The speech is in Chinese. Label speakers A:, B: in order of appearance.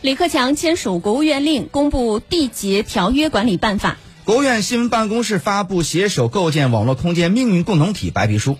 A: 李克强签署国务院令，公布《缔结条约管理办法》。
B: 国务院新闻办公室发布《携手构建网络空间命运共同体》白皮书。